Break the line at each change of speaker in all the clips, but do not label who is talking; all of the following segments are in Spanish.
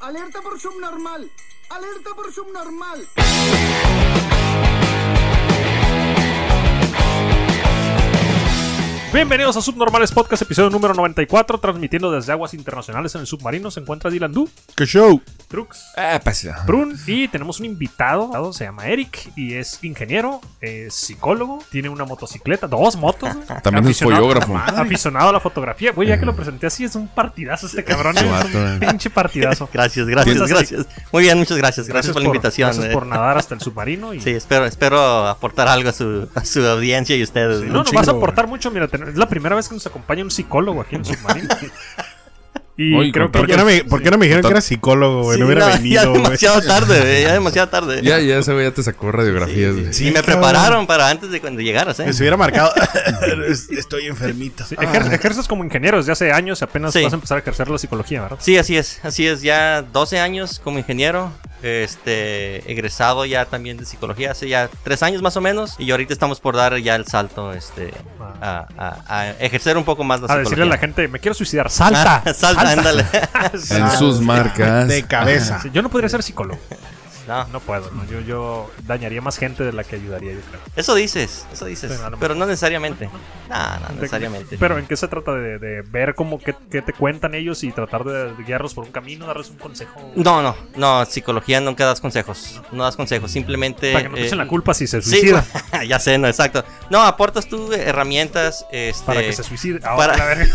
Alerta por subnormal. Alerta por subnormal.
Bienvenidos a Subnormales Podcast, episodio número 94, transmitiendo desde aguas internacionales en el submarino. Se encuentra Dylan Du,
¡Qué show!
Trux,
Ah, pasa.
Prun y tenemos un invitado, se llama Eric y es ingeniero, es psicólogo, tiene una motocicleta, dos motos. güey.
También es
Aficionado-
fotógrafo.
Aficionado a la fotografía. Güey, ya que lo presenté así, es un partidazo este cabrón.
Su
es
vato,
un
eh.
pinche partidazo.
Gracias, gracias,
Piensa así.
gracias. Muy bien, muchas gracias. Gracias, por la invitación.
Gracias
eh.
por nadar hasta el submarino. Y,
Sí, espero, espero aportar algo a su, a su audiencia y ustedes.
No,
¿no?
un
nos vas a
chingo,
aportar mucho. Mira, ten- es la primera vez que nos acompaña un psicólogo aquí en el submarino. Y
Oye,
creo que
¿por
¿Por qué, no me, por qué no me dijeron que era psicólogo, güey?
Sí,
no hubiera
no, ya
venido, güey.
demasiado tarde, güey, ya demasiado tarde.
Ya, ya, ese güey ya te sacó radiografías. güey.
Sí,
y me
cabrón.
prepararon para antes de cuando llegaras, ¿eh?
Me hubiera marcado. Es- Estoy enfermito.
Sí, ejer- ejerces como ingeniero desde hace años y apenas
Ah. Sí.
vas a empezar a ejercer la psicología, ¿verdad?
Sí, así es, así es. Ya 12 años como ingeniero, este, egresado ya también de psicología hace ya 3 años más o menos. Y ahorita estamos por dar ya el salto, este, a, a- a ejercer un poco más la
A decirle a la
psicología.
gente, me quiero suicidar, salta.
Ah, salta, ándale.
En sus marcas.
Ah, De cabeza.
Sí, yo no podría ser psicólogo.
No.
No puedo, ¿no? Yo, yo dañaría más gente de la que ayudaría, yo creo.
Eso dices, eso dices.
Sí, a lo
pero no necesariamente. No, no necesariamente.
Pero ¿en qué se trata? De, de ver cómo qué, qué te cuentan ellos y tratar de, de guiarlos por un camino, darles un consejo.
No, no, no, psicología nunca das consejos. No das consejos, simplemente.
para que no te
eh,
echen la culpa si se
Sí,
suicida.
ya sé, no, exacto. No, aportas tú herramientas. Este,
Para que se suicide. Ahora,
para-
a ver,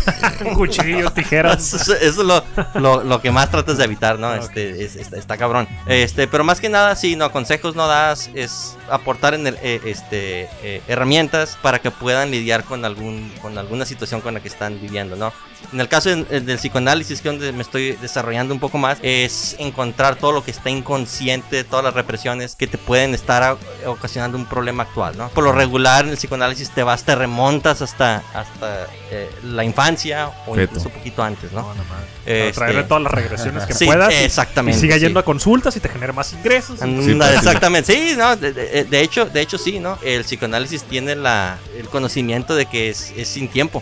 cuchillos,
Eso,
tijeras.
es- eso es lo, lo- lo que más tratas de evitar, ¿no? Este, es- está, está cabrón. Este, pero más que nada, sí, no, consejos no das, es aportar en el, eh, este, eh, herramientas para que puedan lidiar con, algún, con alguna situación con la que están viviendo, ¿no? En el caso del- del psicoanálisis, que es donde me estoy desarrollando un poco más, es encontrar todo lo que está inconsciente, todas las represiones que te pueden estar a- ocasionando un problema actual, ¿no? Por lo regular, en el psicoanálisis te vas, te remontas hasta, hasta eh, la infancia o
Feto.
incluso un poquito antes, ¿no?
No, no, madre.
Este-
Traerle todas las regresiones que
Sí,
puedas. y-
exactamente,
Y siga
sí.
yendo a consultas y te genera más ingresos.
Anda,
Sí, pues, sí.
exactamente, sí, no, de, de- de hecho, de hecho sí, ¿no? El psicoanálisis tiene la, el conocimiento de que es, es sin tiempo.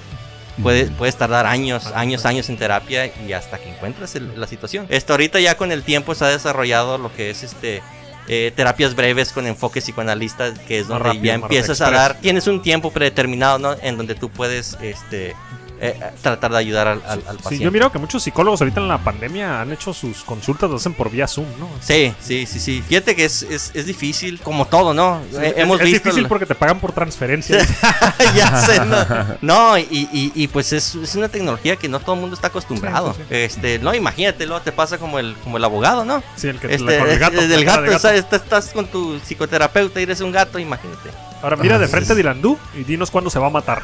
Puedes, puedes tardar años, años, años en terapia y hasta que encuentras el- la situación. Esto ahorita ya con el tiempo se ha desarrollado lo que es este eh, terapias breves con enfoque psicoanalista, que es
Más
donde
rápido,
ya
más
empiezas a
express.
dar, tienes un tiempo predeterminado, ¿no? En donde tú puedes este, eh, tratar de ayudar al, al- al
Sí, yo
paciente.
miro que muchos psicólogos ahorita en la pandemia han hecho sus consultas, lo hacen por vía Zoom, ¿no?
Sí, sí, sí, sí. Fíjate que es, es, es difícil, como todo, ¿no? Eh, hemos
es, es
visto
difícil
la-
porque te pagan por transferencia.
ya sé, no. No, y, y- y, pues es, es una tecnología que no todo el mundo está acostumbrado. Este, no, imagínate, luego te pasa como el, como el abogado, ¿no?
sí, el que te
Este,
la- con el gato.
eh,
con
del
la cara
gato,
de
¿sabes? Te- estás con tu psicoterapeuta y eres un gato, imagínate.
Ahora
Ah,
mira de frente a Dilandú y dinos cuándo se va a matar.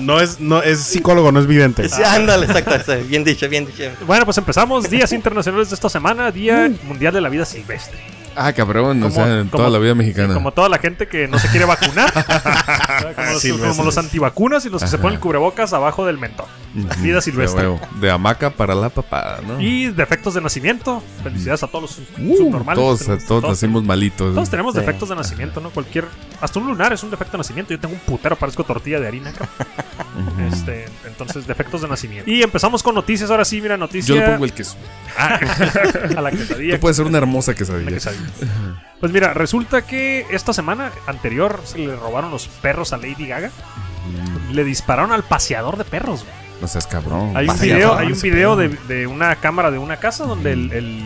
No es, no, es psicólogo, no es vidente.
Sí, ándale, exacto, exacto, bien dicho, bien dicho.
Bueno, pues empezamos. Días internacionales de esta semana, Día
Mm.
Mundial de la Vida Silvestre.
Ah, cabrón, o
Como-
sea,
como-
toda la vida
Y
mexicana.
como toda la gente que no se quiere vacunar, como, los,
Silvestres.
como los antivacunas y los que se ponen el cubrebocas abajo del mentón.
Ujú,
Vida silvestre.
de huevo. De hamaca para la papada,
Mm.
¿no?
Y defectos de nacimiento. Felicidades a todos los
Uh,
subnormales.
todos,
Tenemos-
todos, nacimos malitos.
Todos tenemos
Sí.
defectos de nacimiento, ¿no? Cualquier. Hasta un lunar es un defecto de nacimiento. Yo tengo un putero, parezco tortilla de harina. cabrón.
Ujú.
este, entonces, defectos de nacimiento. Y empezamos con noticias. Ahora sí, mira, noticia.
Yo le pongo el queso.
Ah, a la quesadilla.
Tú puedes ser una hermosa
a la
quesadilla.
quesadilla. Pues mira, resulta que esta semana anterior se le robaron los perros a Lady Gaga.
Mm.
Le dispararon al paseador de perros. güey.
No seas cabrón.
Hay un
Vaya,
video,
cabrón,
hay un
ese
video de,
pedo.
de una cámara de una casa donde el, el- el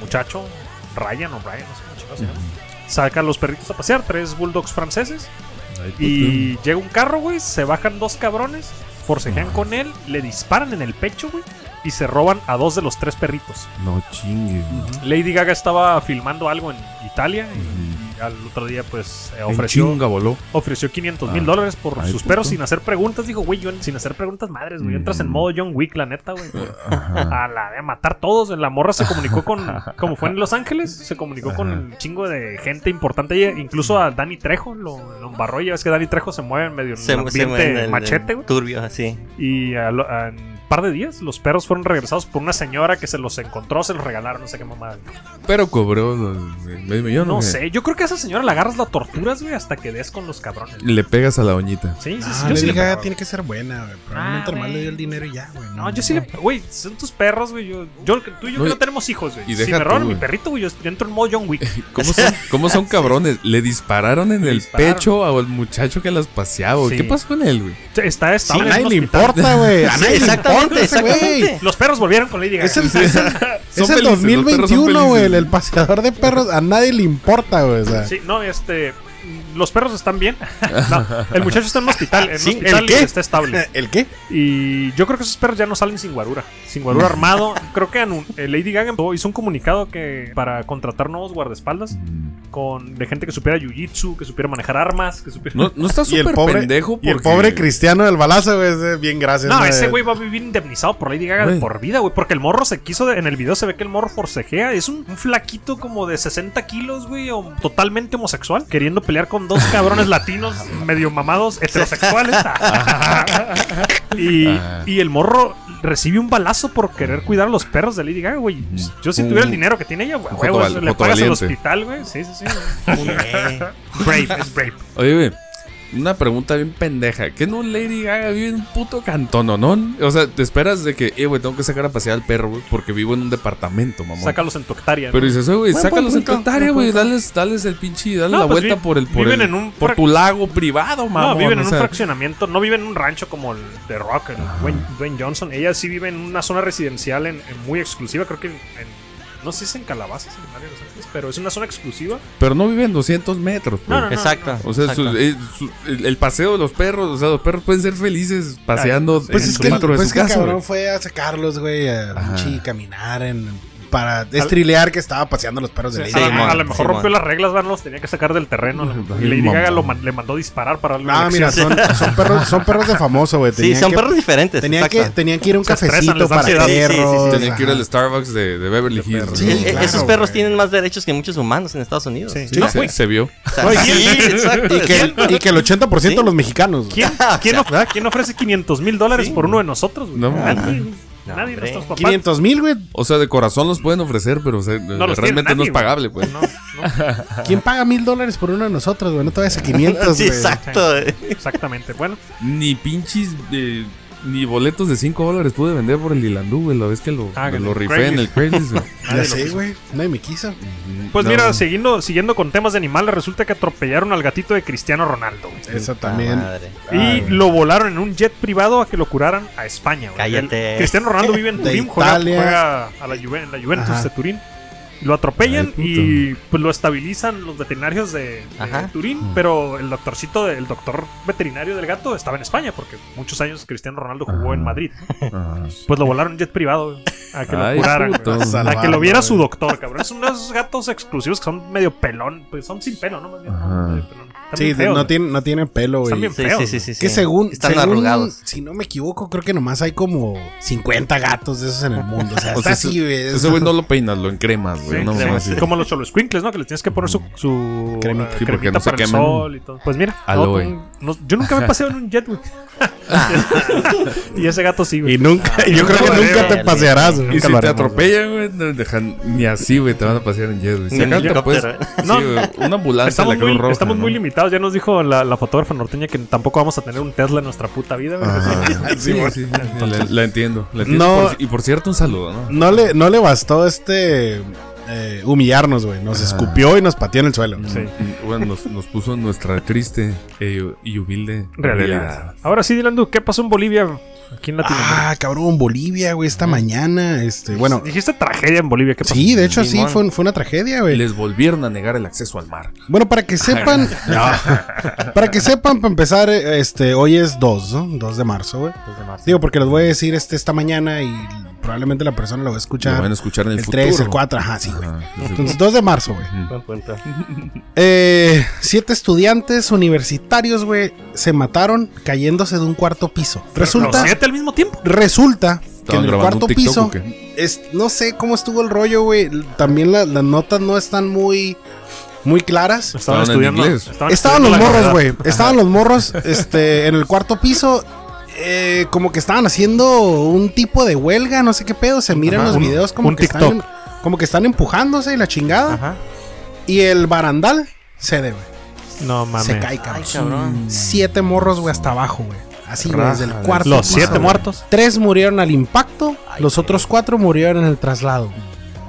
muchacho, Ryan o Brian, no sé cómo chingados se llama, saca a los perritos a pasear, tres bulldogs franceses.
Ay,
Y llega un carro, güey, se bajan dos cabrones, forcejean
Ah.
con él, le disparan en el pecho, güey, y se roban a dos de los tres perritos.
puta. No chingue.
Lady Gaga estaba filmando algo en Italia y, y al otro día, pues, eh,
En
ofreció,
chinga voló.
ofreció 500 mil
Ah.
dólares por
Ay,
sus
puto.
perros sin hacer preguntas. Dijo, güey, yo en- sin hacer preguntas madres, güey, entras en
Mm. Eh,
modo John Wick, la neta, güey. por-
Ajá.
A la de matar todos. La morra se comunicó con. Como fue en Los Ángeles, se comunicó con un chingo de gente importante. Y eh, incluso a Dani Trejo lo, lo embarró. Ya ves que Dani Trejo se mueve en medio en un
Se, se
ambiente
mueve en el-
machete,
el
güey.
Turbio, así.
Y a lo- a- en par de días, los perros fueron regresados por una señora que se los encontró, se los regalaron, no sé qué mamada. güey.
Pero cobró los- el medio millón.
No
¿o qué?
sé, yo creo que a esa señora la agarras, la torturas, güey, hasta que des con los cabrones. güey.
Le pegas a la doñita.
Sí, sí, sí. yo
Ah, Lady
sí le
Gaga
pegaba,
tiene que ser buena, güey. Probablemente nomás le dio el dinero y ya, güey.
No, Ah, yo sí le. Güey, son tus perros, güey. Yo, yo- tú y yo
No,
que
y-
no tenemos hijos, güey.
y
Si
deja
me
tú,
roban a mi
güey.
perrito, güey, yo yo entro en modo John Wick.
¿Cómo son, cómo son cabrones? Le dispararon en el
dispararon.
pecho al muchacho que las paseaba. güey.
Sí.
¿Qué pasó con él, güey?
Está
A
estable. en
nadie
un
le
hospital.
importa, güey. A
Sí,
nadie le
exactamente,
importa ese güey.
exactamente.
Los perros volvieron con Lady Gaga.
Es el, es el-
Son
es el
felices, los perros son
2021, güey.
felices.
El paseador de perros. A nadie le importa, güey. O sea,
Sí, no, este. Los perros están bien. No, el muchacho está en un hospital. En un
Sí,
hospital
¿el
y
qué?
está estable.
¿El qué?
Y yo creo que esos perros ya no salen sin guarura. Sin guarura armado. Creo que anun- eh, Lady Gaga hizo un comunicado que para contratar nuevos guardaespaldas
Mm.
con de gente que supiera jiu-jitsu, que supiera manejar armas, que supiera.
No, no está
Y el
súper
pobre,
pendejo porque...
y el pobre cristiano del balazo, güey. ese, Bien, gracias.
No,
güey.
ese güey va a vivir indemnizado por Lady Gaga de
Güey.
por vida, güey. Porque el morro se quiso. de- en el video se ve que el morro forcejea. Es un, un flaquito como de 60 kilos, güey. o totalmente homosexual. Queriendo pelear con dos cabrones latinos medio mamados, heterosexuales. y,
Ah.
y el morro recibe un balazo por querer cuidar a los perros de Lady Gaga, güey. Yo si tuviera el dinero que tiene ella, güey,
Un
huevos,
fotoval-
le pagas el
fotovaliente.
hospital, güey. Sí, sí, sí. Un- brave, es brave.
Oye, güey. Una pregunta bien pendeja. ¿Qué no Lady Gaga vive en un puto cantononón? O sea, te esperas de que, eh, güey, tengo que sacar a pasear al perro, güey, porque vivo en un departamento, mamón.
Sácalos en tu hectárea. ¿no?
Pero dices, oye, güey,
Buen-
sácalos
buen
en tu
punto,
hectárea,
buen
güey.
punto.
Dales, dales el pinche, dale
No,
la
pues
vuelta
vi-
por el por,
viven
el-
en un
por
frac-
tu lago privado, mamón.
no, viven en
o
un
sea,
fraccionamiento, no viven en un rancho como el de Rock, el Dwayne, Dwayne Johnson. Ella sí vive en una zona residencial en, en muy exclusiva, creo que en, en- no sé si es en Calabazas, en el área de Los Ángeles, pero es una zona exclusiva.
Pero no viven 200 metros, güey.
No, no,
Exacto.
O sea, su-
exacto.
eh, su- el, el paseo de los perros, o sea, los perros pueden ser felices paseando
sí.
Pues
en
es
su
que, el-
dentro
pues
de
es
su
que el
casa.
cabrón
güey.
fue a sacarlos, güey, a pinche caminar en. Para estrilear que estaba paseando los perros de Lady
a,
Gaga.
lo- a lo
Simón,
mejor rompió
Simón.
las reglas, van, los tenía que sacar del terreno. la- y Lady
Mamón.
Gaga lo man- le mandó disparar para darle una
Ah, mira,
lección.
son, son perros, son perros de famoso, güey.
Sí,
Tenían
son
que-
perros diferentes.
Tenían que,
exacto.
tenían que ir a un
Se estresan,
cafecito
les da
para
ansiedad.
Sí, sí, sí, sí,
perros.
sí.
Tenían que ir
ajá.
al Starbucks de, de Beverly Hills.
Sí,
güey.
Eh, eh,
claro,
Esos perros
güey.
tienen más derechos que muchos humanos en Estados Unidos.
Sí.
Sí,
No,
se,
güey.
se vio.
O sea, sí, exacto,
Y que, el, y que el 80% de los mexicanos. güey.
¿Quién, quién of- ah, quién ofrece 500 mil dólares por uno de nosotros? güey?
No,
nadie,
No,
nadie,
hombre.
nuestros papás.
500 mil, güey.
O sea, de corazón los pueden ofrecer, pero o sea,
los tiene
realmente
nadie,
no es
güey.
pagable, pues.
No, no,
¿Quién paga mil dólares por uno de nosotros, güey? No te vayas a 500,
Sí,
güey.
exacto. eh.
exactamente. Bueno,
Ni pinches, eh, ni boletos de 5 dólares pude vender por el Lilandú, güey, la vez que lo,
Ah, que en
lo
el
rifé en el Craigslist, güey.
Ya
nadie lo
sé,
quiso.
güey. Nadie me quiso.
Pues
No.
mira, siguiendo, siguiendo con temas de animales, resulta que atropellaron al gatito de Cristiano Ronaldo. güey.
Eso
Ah,
también.
madre.
Y lo volaron en un jet privado a que lo curaran a España. güey.
Cállate.
El- Cristiano Ronaldo vive en
De
Turín, juega,
Italia.
juega a la Juve- en la Juventus
Ajá.
de Turín. Lo atropellan
Ay, puto. Mm.
y pues lo estabilizan los veterinarios de, de
Ajá.
Turín, pero el doctorcito, de- el doctor veterinario del gato estaba en España porque muchos años Cristiano Ronaldo jugó en
Ajá. Ajá.
Madrid.
Ah,
Pues lo volaron en jet privado güey, a que
Ay,
lo curaran.
puto.
güey. A que
Salvarlo,
lo viera
güey.
su doctor, cabrón. Es uno de esos gatos exclusivos que son medio pelón. Pues son sin pelo, ¿no? Más bien,
Ajá.
¿no? Medio pelón. Están
Sí,
bien
de-
feos,
no,
güey.
tienen, no tienen pelo,
Están
güey.
bien
Sí,
feos,
sí,
güey.
sí, sí, sí.
Que según,
Están
según-
arrugados.
si no me equivoco, creo que nomás hay como 50 gatos de esos en el mundo. O sea,
O
está
sea,
así, güey.
ese ese güey no lo peinas, lo encremas, güey.
Sí,
una
sí,
mamá
sí.
así.
Como los cholos ¿no? Que les tienes que poner su, su
Cremita.
eh,
Sí, porque
cremita
no se
para el
queman.
sol y todo. Pues mira, no,
Aloe.
no- yo nunca me he paseado en un jet, güey. y ese gato sí, güey.
Y nunca,
Ah,
yo
nunca
creo que
lo
nunca
haremos.
te pasearás. güey.
Y
Nunca
si
lo
te
haremos, güey.
atropellan, güey, no dejan ni así, güey, te van a pasear en jet, güey. Si
Ni en
acá te puedes-
helicóptero,
sí,
No.
güey, una ambulancia
¿eh? Estamos,
de la Cruz
muy,
Roja,
estamos muy
¿no?
limitados. Ya nos dijo la, la fotógrafa norteña que tampoco vamos a tener un Tesla en nuestra puta vida. güey.
Ah, sí, sí, sí, la, la entiendo. la entiendo.
No.
Por- y por cierto, un saludo, ¿no?
No le, no le bastó este eh, humillarnos, güey. Nos escupió y nos pateó en el suelo.
Sí.
Y, Bueno, nos, nos puso en nuestra triste e- y humilde
Realidad. Ahora sí, Dylan, Du, ¿qué pasó en Bolivia? Aquí en Latinoamérica.
Ah, cabrón, Bolivia, güey, esta mañana. Este, bueno,
Dijiste tragedia en Bolivia. ¿Qué pasó?
sí, de hecho, sí,
Simón.
fue, un- fue una tragedia, güey.
Les volvieron a negar el acceso al mar.
Bueno, para que sepan, para que sepan, para empezar, eh, este, hoy es 2, ¿no? 2 de marzo, güey. Digo, porque les voy a decir este esta mañana y probablemente la persona lo va a
Lo
escuchar.
van a escuchar en el,
el
futuro.
3, el 4, ajá, sí, güey.
Ah, desde-
Entonces, 2 de marzo, güey.
Buen punto.
Eh, siete estudiantes universitarios, güey, se mataron cayéndose de un cuarto piso. Resulta,
¿Los siete al mismo tiempo?
resulta que
Estaban
en el
grabando
cuarto
un TikTok,
piso,
¿o qué?
es, no sé cómo estuvo el rollo, güey. También la- las notas no están muy, muy claras.
Estaban
Estaban en
estudiando.
inglés.
Estaban los
estudiando la
morros,
gravedad.
güey. Estaban los morros este, en el cuarto piso. eh, como que estaban haciendo un tipo de huelga, no sé qué pedo. Se miran
Ajá,
los
un-
videos como
un
que
TikTok.
están. Como que están empujándose y la chingada.
Ajá.
Y el barandal cede, güey.
No mames.
Se cae, cabrón.
Ay, cabrón.
Siete morros, güey, hasta abajo, güey. Así, güey, desde el
Rájale.
cuarto.
Los
piso,
siete
güey.
muertos.
Tres murieron al impacto, los otros cuatro murieron en el traslado.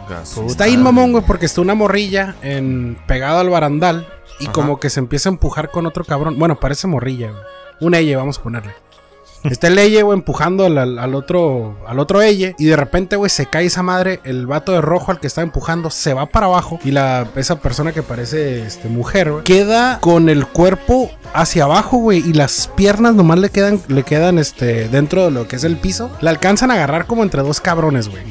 Caso.
Está ahí mamón, güey, porque está una morrilla en, pegado al barandal y
Ajá.
como que se empieza a empujar con otro cabrón. Bueno, parece morrilla, güey. Un elle, vamos a ponerle. Está el elle, güey, empujando al, al- al otro al otro elle y de repente, güey, se cae esa madre, el vato de rojo al que está empujando se va para abajo y la esa persona que parece este mujer, güey, queda con el cuerpo hacia abajo, güey, y las piernas nomás le quedan le quedan este dentro de lo que es el piso. La alcanzan a agarrar como entre dos cabrones, güey.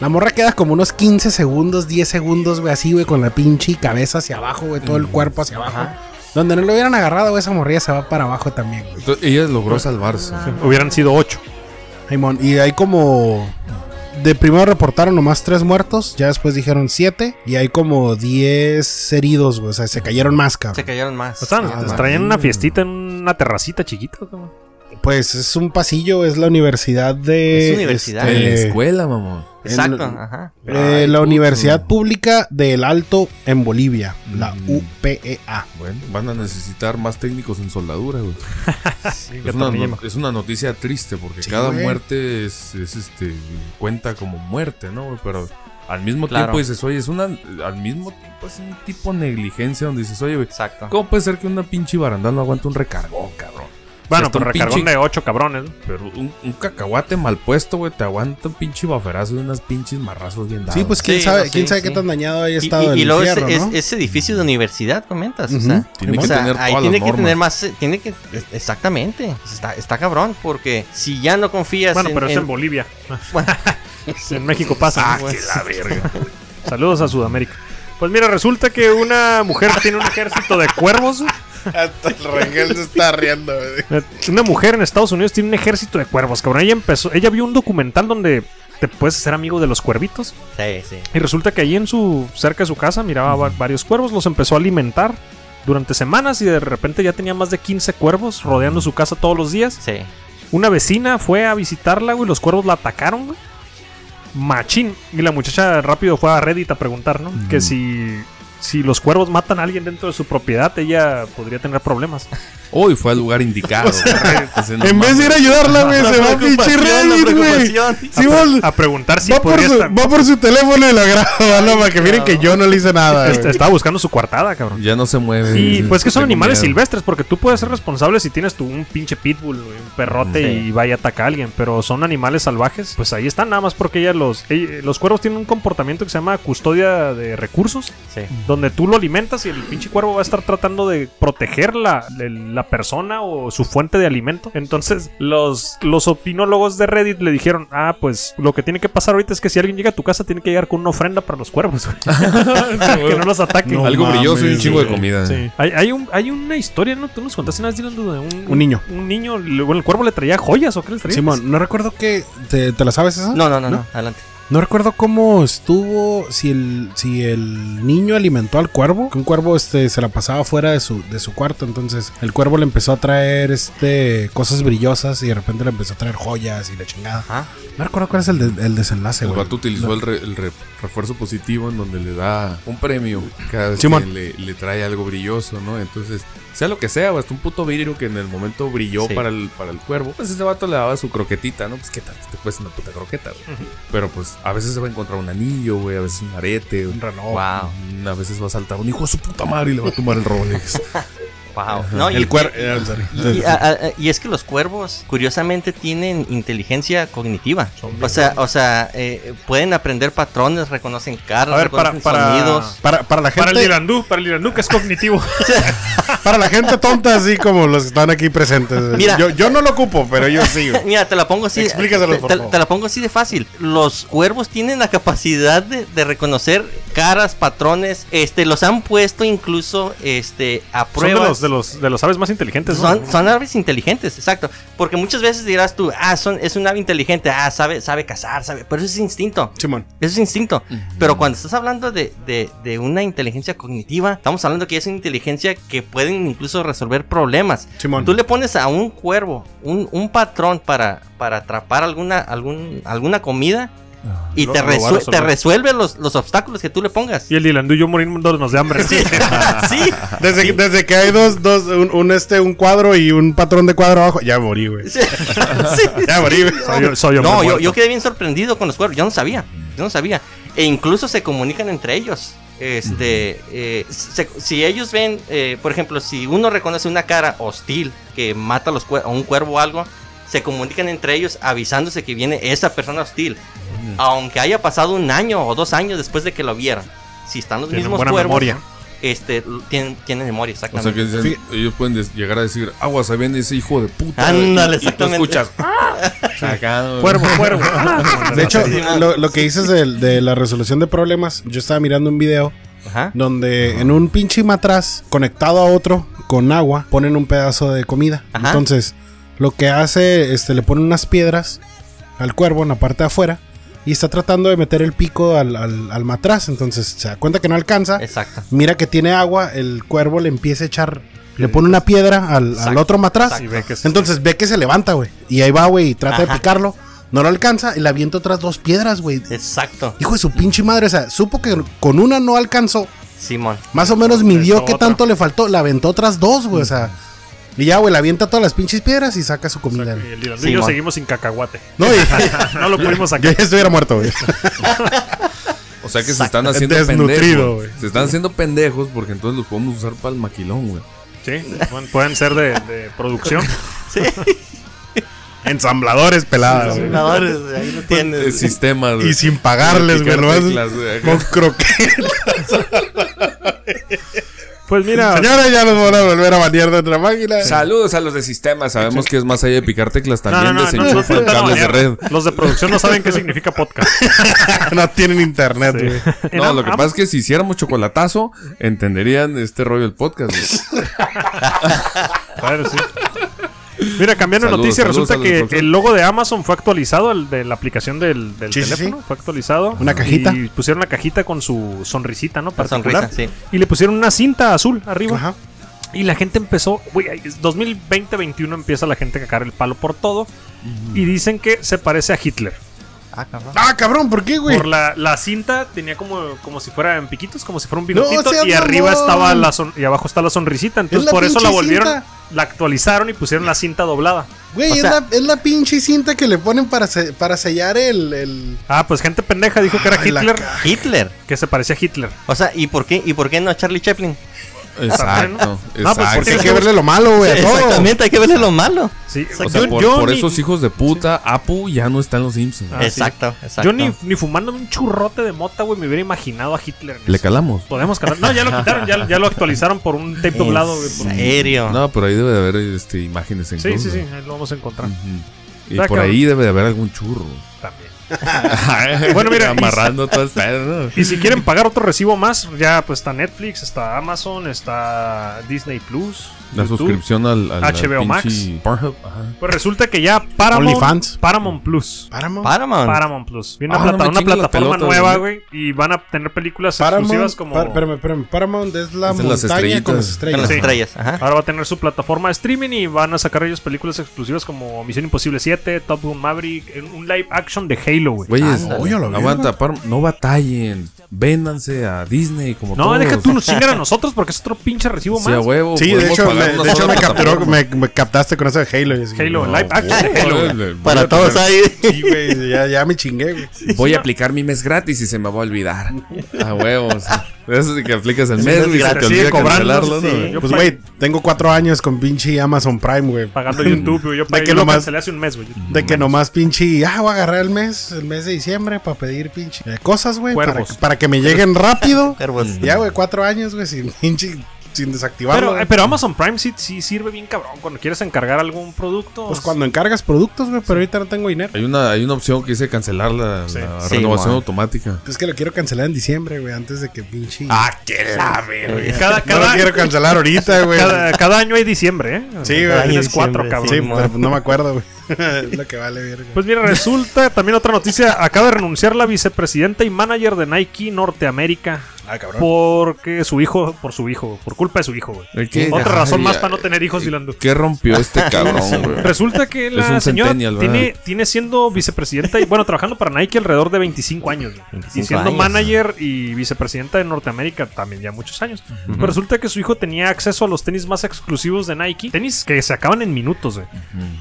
La morra queda como unos 15 segundos, 10 segundos, güey, así, güey, con la pinche cabeza hacia abajo, güey, todo el cuerpo hacia abajo. Donde no lo hubieran agarrado, güey, esa morrilla se va para abajo también, güey.
Entonces, ella logró salvarse.
Sí, Hubieran sido ocho.
Ah, Simón, y hay como. De primero reportaron nomás tres muertos, ya después dijeron siete, y hay como 10 heridos, güey, o sea, se cayeron más,
Se
cabrón.
cayeron más.
O sea,
Ah,
les traían una fiestita en una terracita chiquita. güey.
Pues es un pasillo, es la universidad de.
Es universidad.
este,
En la escuela, mamón.
Exacto,
en-
ajá.
eh,
Ay,
la
puto.
Universidad Pública del Alto en Bolivia, la
Mm.
E UPEA.
Bueno, van a necesitar más técnicos en soldadura, güey.
Sí,
Es
yo
una,
también.
Pues no- es una noticia triste porque
Sí,
cada
güey.
muerte es, es, este cuenta como muerte, ¿no? güey? Pero al mismo
Claro.
tiempo dices, oye, es una al mismo tiempo es un tipo de negligencia donde dices, oye, güey,
Exacto.
¿cómo puede ser que una pinche barandal no aguante un recargón, cabrón?
Bueno,
Hasta
pero
un
recargón
pinche-
de ocho cabrones. ¿no?
Pero un, un cacahuate mal puesto, güey, te aguanta un pinche baferazo y unas pinches marrazos bien dados.
Sí, pues quién
Sí,
sabe,
no,
quién
sí,
sabe qué
sí.
tan dañado haya
Y,
estado
y- y
el
luego ese,
infierno, ¿no?
es- ese edificio de universidad, comentas. o
Ujú.
sea,
Tiene
o
que
sea,
tener
ahí
todas
tiene
las
que tener
normas.
más. eh, Tiene que, es- exactamente. Está, está cabrón, porque si ya no confías
Bueno,
en-
pero es
en-
en Bolivia. en México pasa. ¿no, güey? Saludos a Sudamérica. Pues mira, resulta que una mujer tiene un ejército de cuervos. güey.
Hasta el Rangel se está riendo, güey.
Eh, Una mujer en Estados Unidos tiene un ejército de cuervos, cabrón. Ella empezó, ella vio un documental donde te puedes hacer amigo de los cuervitos.
Sí, sí.
Y resulta que ahí en su, cerca de su casa miraba va- varios cuervos, los empezó a alimentar durante semanas y de repente ya tenía más de 15 cuervos rodeando su casa todos los días.
Sí.
Una vecina fue a visitarla, güey. Los cuervos la atacaron, güey. Machín. Y la muchacha rápido fue a Reddit a preguntar, ¿no? Que si, si los cuervos matan a alguien dentro de su propiedad, ella podría tener problemas.
Hoy fue al lugar indicado. Entonces, no
En vez de ir a ayudarla, güey, se va a pinche
Preocupación, la
Reddit, güey.
preocupación.
Sí, vol-
A preguntar si
va, por
podría
su,
estar.
va por su teléfono y la graba, ¿no? Para que miren que yo no le hice nada,
Este
Est-
güey.
Estaba buscando su coartada, cabrón.
Ya no se mueve.
Y pues que son
Tengo
animales
miedo.
silvestres, porque tú puedes ser responsable si tienes tú un pinche pitbull, güey, un perrote
Sí.
y vaya a atacar a alguien, pero son animales salvajes, pues ahí están nada más porque ella los, ella- los cuervos tienen un comportamiento que se llama custodia de recursos,
Sí.
donde tú lo alimentas y el pinche cuervo va a estar tratando de proteger la, el- la persona o su fuente de alimento. Entonces, los, los opinólogos de Reddit le dijeron: Ah, pues lo que tiene que pasar ahorita es que si alguien llega a tu casa, tiene que llegar con una ofrenda para los cuervos, güey. que no los ataquen.
No
Algo
mames,
brilloso y un
güey.
chingo de comida.
Sí. Hay, hay, un, hay una historia, ¿no? Tú nos contaste una vez, Dylan, de un,
Un niño.
Un niño, luego el cuervo le traía joyas o qué le traía.
Simón, no recuerdo que. ¿Te, te la sabes esa?
No, no, no, no, adelante.
No recuerdo cómo estuvo. Si el, si el niño alimentó al cuervo. Que un cuervo este, se la pasaba fuera de su, de su cuarto. Entonces, el cuervo le empezó a traer este, cosas brillosas. Y de repente le empezó a traer joyas y la chingada.
Ajá.
No recuerdo cuál es el, de- el desenlace,
El
güey.
vato utilizó el, re- el re- refuerzo positivo en donde le da un premio cada vez que
Simón.
le, le trae algo brilloso, ¿no? Entonces, sea lo que sea, o hasta un puto vidrio que en el momento brilló
Sí.
para, el, para el cuervo, pues ese vato le daba su croquetita, ¿no? Pues qué tal, te cuesta una puta croqueta, güey. Pero pues a veces se va a encontrar un anillo, güey, a veces un arete, un reloj.
Wow.
Mm, A veces va a saltar un hijo de su puta madre y le va a tumbar el Rolex.
Wow. No, y-
El cuervo. eh, I'm sorry.
Y, a- a- a- y es que los cuervos, curiosamente, tienen inteligencia cognitiva. O sea, o sea eh, pueden aprender patrones, reconocen caras,
A ver, para-
reconocen
para-
sonidos.
Para, para la gente.
Para el Irandú, para el Irandú que es cognitivo.
Para la gente tonta, así como los que están aquí presentes. güey.
Mira.
yo, yo no lo ocupo, pero yo sí. güey.
Mira, te la pongo así.
Explícaselos, por
te, te-
favor.
te la pongo así de fácil. Los cuervos tienen la capacidad de, de reconocer caras, patrones, este, los han puesto incluso este, a
Son de
prueba.
los, de, los, de los aves más inteligentes, ¿no?
Son, son aves inteligentes, exacto. Porque muchas veces dirás tú, ah, son, es un ave inteligente, ah, sabe, sabe cazar, sabe. Pero eso es instinto.
Simón.
Eso es instinto. Pero cuando estás hablando de, de- de una inteligencia cognitiva, estamos hablando que es una inteligencia que pueden incluso resolver problemas.
Simón.
Tú le pones a un cuervo un, un patrón para, para atrapar alguna, algún, alguna comida y
Ah, Lo-
te,
lo va a
resue- te
resolver.
resuelve los, los obstáculos que tú le pongas.
Y el Dylan y yo morimos de hambre.
Sí, sí.
Desde, desde que hay dos, dos un, un, este, un cuadro y un patrón de cuadro abajo, ya morí, güey.
Sí. Sí.
Ya morí, güey.
Soy, soy hombre
No, yo,
muerto.
yo quedé bien sorprendido con los cuervos. Yo no sabía. Yo no sabía. E incluso se comunican entre ellos. Este, eh, se- si ellos ven, eh, por ejemplo, si uno reconoce una cara hostil que mata a, los cuer- a un cuervo o algo, se comunican entre ellos avisándose que viene esa persona hostil. Aunque haya pasado un año o dos años después de que lo vieran. Si están los
Tienen
mismos
buena
cuervos,
memoria.
este, l- tienen, tienen memoria,
O sea
exactamente.
que dicen- ellos pueden des- llegar a decir, aguas, ahí viene ese hijo de puta.
Ándale,
Y tú
exactamente.
escuchas. Sacado.
Cuervo, cuervo. Ah.
De hecho,
Sí, man.
lo, lo que dices del- de, la resolución de problemas, yo estaba mirando un video
Ajá.
donde en un pinche matraz conectado a otro con agua ponen un pedazo de comida.
Ajá.
Entonces, lo que hace, este, le ponen unas piedras al cuervo en la parte de afuera y está tratando de meter el pico al, al- al matraz. Entonces, se da cuenta que no alcanza.
Exacto.
Mira que tiene agua, el cuervo le empieza a echar, le pone una piedra al, al
Exacto,
otro matraz.
Y ve que es-
Entonces ve que se levanta, güey. Y ahí va, güey, y trata de
Ajá.
picarlo. No lo alcanza y le avienta otras dos piedras, güey.
Exacto.
Hijo de su pinche madre, o sea, supo que con una no alcanzó.
Simón.
Más o menos midió
Aventó
qué
otra.
tanto le faltó. Le aventó otras dos, güey, o sea. Y ya, güey, le avienta todas las pinches piedras y saca su
O
comida.
sea, que
güey.
el Dylan y yo
Simón.
seguimos sin cacahuate.
No, y-
No lo pudimos
yo
sacar.
ya estuviera muerto, güey.
O sea que se están haciendo
Desnutrido,
pendejos.
güey.
Se están haciendo pendejos porque entonces los podemos usar para el maquilón, güey.
Sí, bueno, pueden ser de, de producción.
Ensambladores peladas, güey.
Nadadores, ahí lo
De
tienes.
sistemas, güey.
Y sin pagarles, güey.
Picar
nomás
teclas, güey, acá.
Con croquetas.
Pues mira,
Señores, ya los van a volver a banear de otra máquina.
Saludos a los de sistemas. Sabemos que es más allá de picar teclas también desenchufan
no, no,
cables de
no,
red.
Los de producción no saben qué significa podcast.
no tienen internet,
Sí.
güey.
En
No,
Am-
lo que
Am-
pasa es que si hiciéramos chocolatazo, entenderían este rollo del podcast. güey.
Claro, sí. Mira, cambiando de
Saludos,
noticia,
saludos
resulta
a los de
que
producción.
el logo de Amazon fue actualizado, el de la aplicación del, del
Sí, sí,
teléfono, fue actualizado.
Una cajita.
Y pusieron la cajita con su sonrisita, ¿no?
La
Particular.
sonrisa, sí.
Y le pusieron una cinta azul arriba.
Ajá.
Y la gente empezó, güey, 2020-21 empieza la gente a cagar el palo por todo. Y dicen que se parece a Hitler.
Ah, cabrón.
Ah, cabrón, ¿por qué, güey?
Por la, la cinta tenía como, como si fuera en piquitos, como si fuera un bigotito.
seas
y arriba
mamón.
estaba la son- y abajo está la sonrisita. Entonces
la
por eso
pinche
la volvieron,
cinta.
la actualizaron y pusieron la cinta doblada.
Güey,
O
es,
sea-
la, es la pinche cinta que le ponen para, se- para sellar el. el-
Ah, pues gente pendeja dijo que era
Ay, Ah, la
Hitler,
ca-
Hitler.
que se parecía a Hitler.
O sea, ¿y por qué, ¿y por qué no Charlie Chaplin?
Exacto.
No, pues,
exacto.
porque-
Hay que verle lo malo, güey, a todo.
Exactamente, hay que verle lo malo.
Sí,
O sea, por, por esos hijos de puta, Apu ya no está en los Simpsons.
Ah, sí.
exacto, exacto.
yo ni, ni fumándome un churrote de mota, güey, me hubiera imaginado a Hitler. en
Le
eso.
calamos.
Podemos calar. No, ya lo quitaron, ya, ya lo actualizaron por un tape doblado. güey, por-
¿En serio?
No, pero ahí debe de haber este, imágenes en
Sí, sí,
Google.
sí, ahí lo vamos a encontrar
Mm. Ujú. Y
Está
por
cabrón.
ahí debe de haber algún churro.
también.
bueno,
mira,
Amarrando todo el pedo, ¿no?
Y si quieren pagar otro recibo más, ya pues está Netflix, está Amazon, está Disney Plus.
La
YouTube.
suscripción al, al- al
HBO Max.
pinche Pornhub, ajá.
Pues resulta que ya Paramount,
OnlyFans.
Paramount Plus.
Paramount.
Paramount.
Paramount Plus. Viene una,
Ah, no
plata-
me
una
chingo la
plataforma
pelota,
nueva,
güey.
güey. Y van a tener películas exclusivas
Paramount,
como.
par- espérame, espérame, Paramount es la
Es de
montaña
las estrellitas.
con las
Con
estrellas.
las
Sí.
estrellas,
ah.
ajá.
Ahora va a tener su plataforma de streaming y van a sacar ellos películas exclusivas como Misión Imposible 7, Top Gun Maverick, en un live action de Halo, güey.
Güeyes,
Ándale. Oye, a la verga.
aguanta, par- no batallen. Véndanse a Disney como
No,
todos.
deja tú nos chingar a nosotros porque es otro pinche recibo
Sí, a
más.
huevo.
Sí, de
podemos
hecho,
pagar
me,
una
de hecho
sola
me, capturó-
plataforma.
me- me captaste con eso de Halo. y así,
Halo,
no,
live action de Halo. güey.
Órale, voy a
Para todos
tener-
ahí.
Sí, güey, ya, ya me chingué, güey.
Voy a aplicar mi mes gratis y se me va a olvidar. A huevos. Eso es que aplicas el mes
mes
y se te
gratis,
sigue
olvida
cobrando,
cancelarlo,
sí.
¿no? güey?
Yo
Pues,
pa-
güey, tengo cuatro años con pinche Amazon Prime, güey.
Pagando YouTube, güey. Yo
De
pagué-
que
yo lo
nomás-
cancelé hace un mes, güey.
De que nomás pinche, ah, voy a agarrar el mes, el mes de diciembre para pedir pinche eh, cosas, güey, para,
Cuervos.
para que me lleguen rápido.
Cuervos.
Ya, güey, cuatro años, güey, sin pinche sin desactivarlo.
Pero,
güey.
eh, pero Amazon Prime sí, sí sirve bien cabrón. Cuando quieres encargar algún producto.
pues cuando encargas productos, güey, pero ahorita no tengo dinero.
Hay una, hay una opción que dice cancelar la,
Sí.
la
Sí,
renovación
man.
automática.
Es que lo quiero cancelar en diciembre, güey, antes de que pinche.
Ah, qué la verga.
Eh, cada,
no lo
cada,
quiero cancelar ahorita, güey.
cada, cada año hay diciembre, ¿eh?
Sí,
Cada
güey.
año es
Diciembre,
cuatro,
sí.
cabrón.
Sí, pero no me acuerdo, güey. es lo que vale, verga.
Pues mira, resulta también otra noticia. Acaba de renunciar la vicepresidenta y manager de Nike Norteamérica.
ah, cabrón.
Porque su hijo, por su hijo, por culpa de su hijo, güey.
¿El qué?
Otra
Ay,
razón más
ay,
para no tener hijos,
ay,
Dilando.
¿Qué rompió este cabrón, güey?
Resulta que la
un
señora
centennial, ¿verdad?
tiene, tiene siendo vicepresidenta y bueno, trabajando para Nike alrededor de 25 años. güey.
25
y siendo
años,
manager y vicepresidenta de Norteamérica también ya muchos años. Pero resulta que su hijo tenía acceso a los tenis más exclusivos de Nike. Tenis que se acaban en minutos, güey.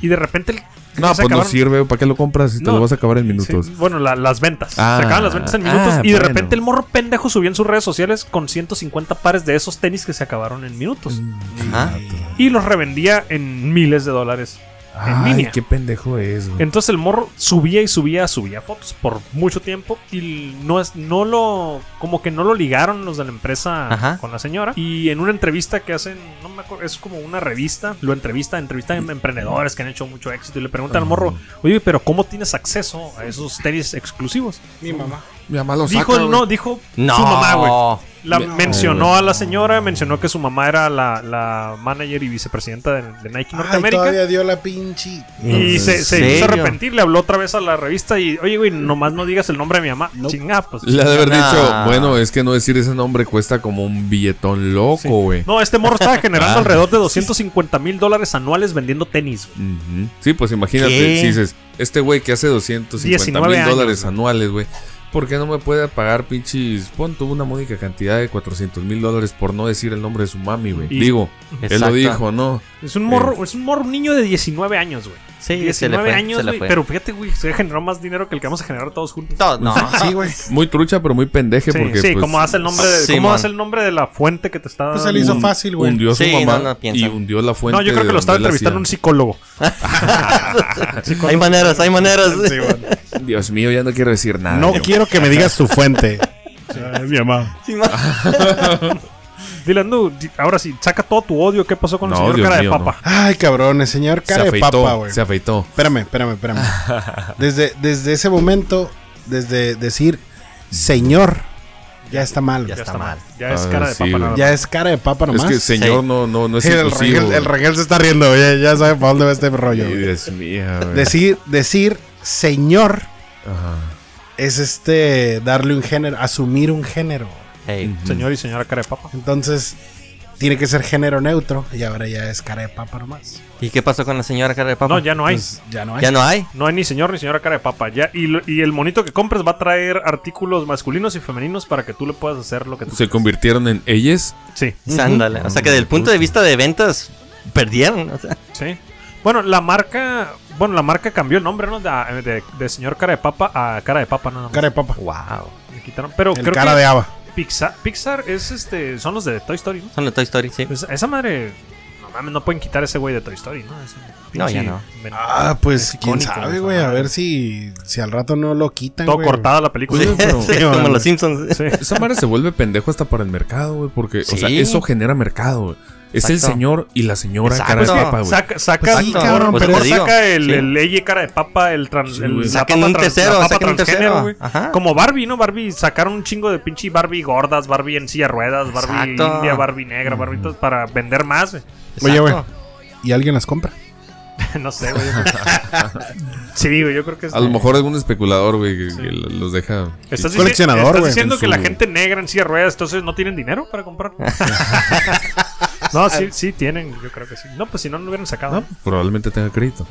Y de repente... el-
No,
se
pues no
acabaron-
sirve. ¿Para qué lo compras si te
No.
lo vas a acabar en minutos?
Sí, bueno, la- las ventas.
Ah.
se acaban las ventas en minutos.
Ah,
y de
bueno.
repente el morro pendejo subió en sus redes sociales con 150 pares de esos tenis que se acabaron en minutos.
Mm.
Ajá.
Y los revendía en miles de dólares. En
Ay,
línea.
qué pendejo es, güey.
Entonces el morro subía y subía, subía fotos por mucho tiempo y no es, no lo, como que no lo ligaron los de la empresa
Ajá.
con la señora. Y en una entrevista que hacen, no me acuerdo, es como una revista, lo entrevista, entrevista a emprendedores que han hecho mucho éxito y le
Ah.
preguntan al morro, oye, pero ¿cómo tienes acceso a esos tenis exclusivos?
Mi mamá.
Mi mamá lo
dijo,
saca, güey.
no, dijo
No.
su mamá, güey. La
No,
mencionó
güey.
a la señora, mencionó que su mamá era la, la manager y vicepresidenta de, de Nike
Ay,
Norteamérica.
todavía dio la pinche.
Y
¿En
se, se
serio?
hizo arrepentir, le habló otra vez a la revista y, oye, güey, nomás no digas el nombre de mi mamá.
No.
Chinga, pues.
Le ha de haber
No.
dicho, bueno, es que no decir ese nombre cuesta como un billetón
Sí.
loco, güey.
No, este morro estaba generando
Ah.
alrededor de 250 mil dólares anuales vendiendo tenis. güey.
Ujú. Sí, pues imagínate,
¿Qué?
si dices, este güey que hace 250
19
mil
años,
dólares
güey.
anuales, güey, ¿por qué no me puede pagar pinches? Pon tuvo una módica cantidad de 400 mil dólares por no decir el nombre de su mami, güey.
Y-
Digo, él
Exacto.
lo dijo, ¿no?
Es un morro, es un morro un niño de 19 años, güey.
Sí, se le
19
fue. se
años,
le
güey.
fue.
Pero fíjate, güey, se generó más dinero que el que vamos a generar todos juntos.
No, no.
Sí, güey.
Muy trucha, pero muy pendeje
Sí,
porque.
sí,
pues,
como hace el nombre de,
sí,
cómo
man.
hace el nombre de la fuente que te está
Pues
dando?
él hizo
hun-
fácil, güey.
Hundió a su
Sí,
mamá
no, no, piensa.
y hundió la fuente.
No, yo creo
de
que lo estaba
donde él
entrevistando un
hacía.
psicólogo.
Hay maneras, hay maneras.
Dios mío, ya no quiero decir nada.
No
yo.
quiero que me digas tu fuente. Es mi mamá.
Sí, ma-
Ah.
Dylan, no, di- ahora sí, saca todo tu odio. ¿Qué pasó con
No,
el señor
Dios
cara
mío,
de papa?
Ay, cabrones, señor
se
cara de
afeitó,
papa, güey.
se afeitó.
Espérame, espérame, espérame. Desde, desde ese momento, desde decir señor, ya está mal.
Ya
güey.
está mal.
Ya es
Ah,
cara de
sí,
papa.
güey.
nada más.
Ya es cara de papa
Es
nomás.
que señor
Sí.
no, no, no es
Sí, el,
inclusivo,
regel, el
güey.
regel se está riendo, güey, ya, sabe para dónde va este rollo.
Ay,
güey.
Dios mío, güey.
Decir, decir señor
Ajá.
es este darle un género, asumir un género.
Hey.
Señor y señora cara de papa.
Entonces, tiene que ser género neutro y ahora ya es cara de papa nomás.
¿Y qué pasó con la señora cara de papa?
No, ya no hay.
Pues, ya no hay.
Ya no hay.
No hay ni señor ni señora cara de papa. Ya, y, lo- y el monito que compres va a traer artículos masculinos y femeninos para que tú le puedas hacer lo que tú
Se convirtieron en ellas.
Sí,
Sándale. O sea que del punto de vista de ventas, perdieron. O sea,
sí. Bueno, la marca. Bueno, la marca cambió el nombre, ¿no? De, de- de señor cara de papa a cara de papa nada más.
Cara de papa.
wow.
Le quitaron. Pero
El
creo
cara
que
de haba.
Pixar, Pixar es este. Son los de Toy Story, ¿no?
Son de Toy Story, sí.
Pues esa madre. No mames, no pueden quitar ese güey de Toy Story, ¿no? Ese
No, ya
pinche
no.
men-
Ah,
es
pues quién
icónico,
sabe,
esa
güey. A
madre.
ver si, si al rato no lo quitan.
Todo
güey. Pues,
cortada la película.
Sí,
Oye, pero-
sí, como los Simpsons.
pues, Sí.
Esa madre se vuelve pendejo hasta para el mercado, güey. Porque, o sea,
Sí.
eso genera mercado, güey. Es el
Exacto.
señor y la señora
Exacto.
cara de
Pues que
papa, güey.
Saca, saca,
Pues sí,
por-
cabrón,
por-
pero
por
te digo,
saca el,
sí.
el Eye cara de papa, el trans,
Sí,
el-
güey.
la
Saquen
papa
un
trans-
tercero,
la papa
saquen un
transgénero,
tercero.
güey.
Ajá.
Como Barbie, ¿no? Barbie sacaron un chingo de pinche Barbie gordas, Barbie en silla de ruedas, Barbie
Exacto. Mm.
india, Barbie negra, Barbie todo, para vender más, güey.
Oye, güey.
Exacto.
¿Y alguien las compra?
no sé, güey. sí, güey, yo creo que es.
A lo mejor algún especulador, güey, que, que los deja.
Estás
Es
dici-
coleccionador,
estás
güey,
diciendo
en
que la
su-
gente negra en silla de ruedas, entonces no tienen dinero para comprar. no, sí, sí tienen, yo creo que sí. No, pues si no, no lo hubieran sacado.
No, probablemente tenga crédito.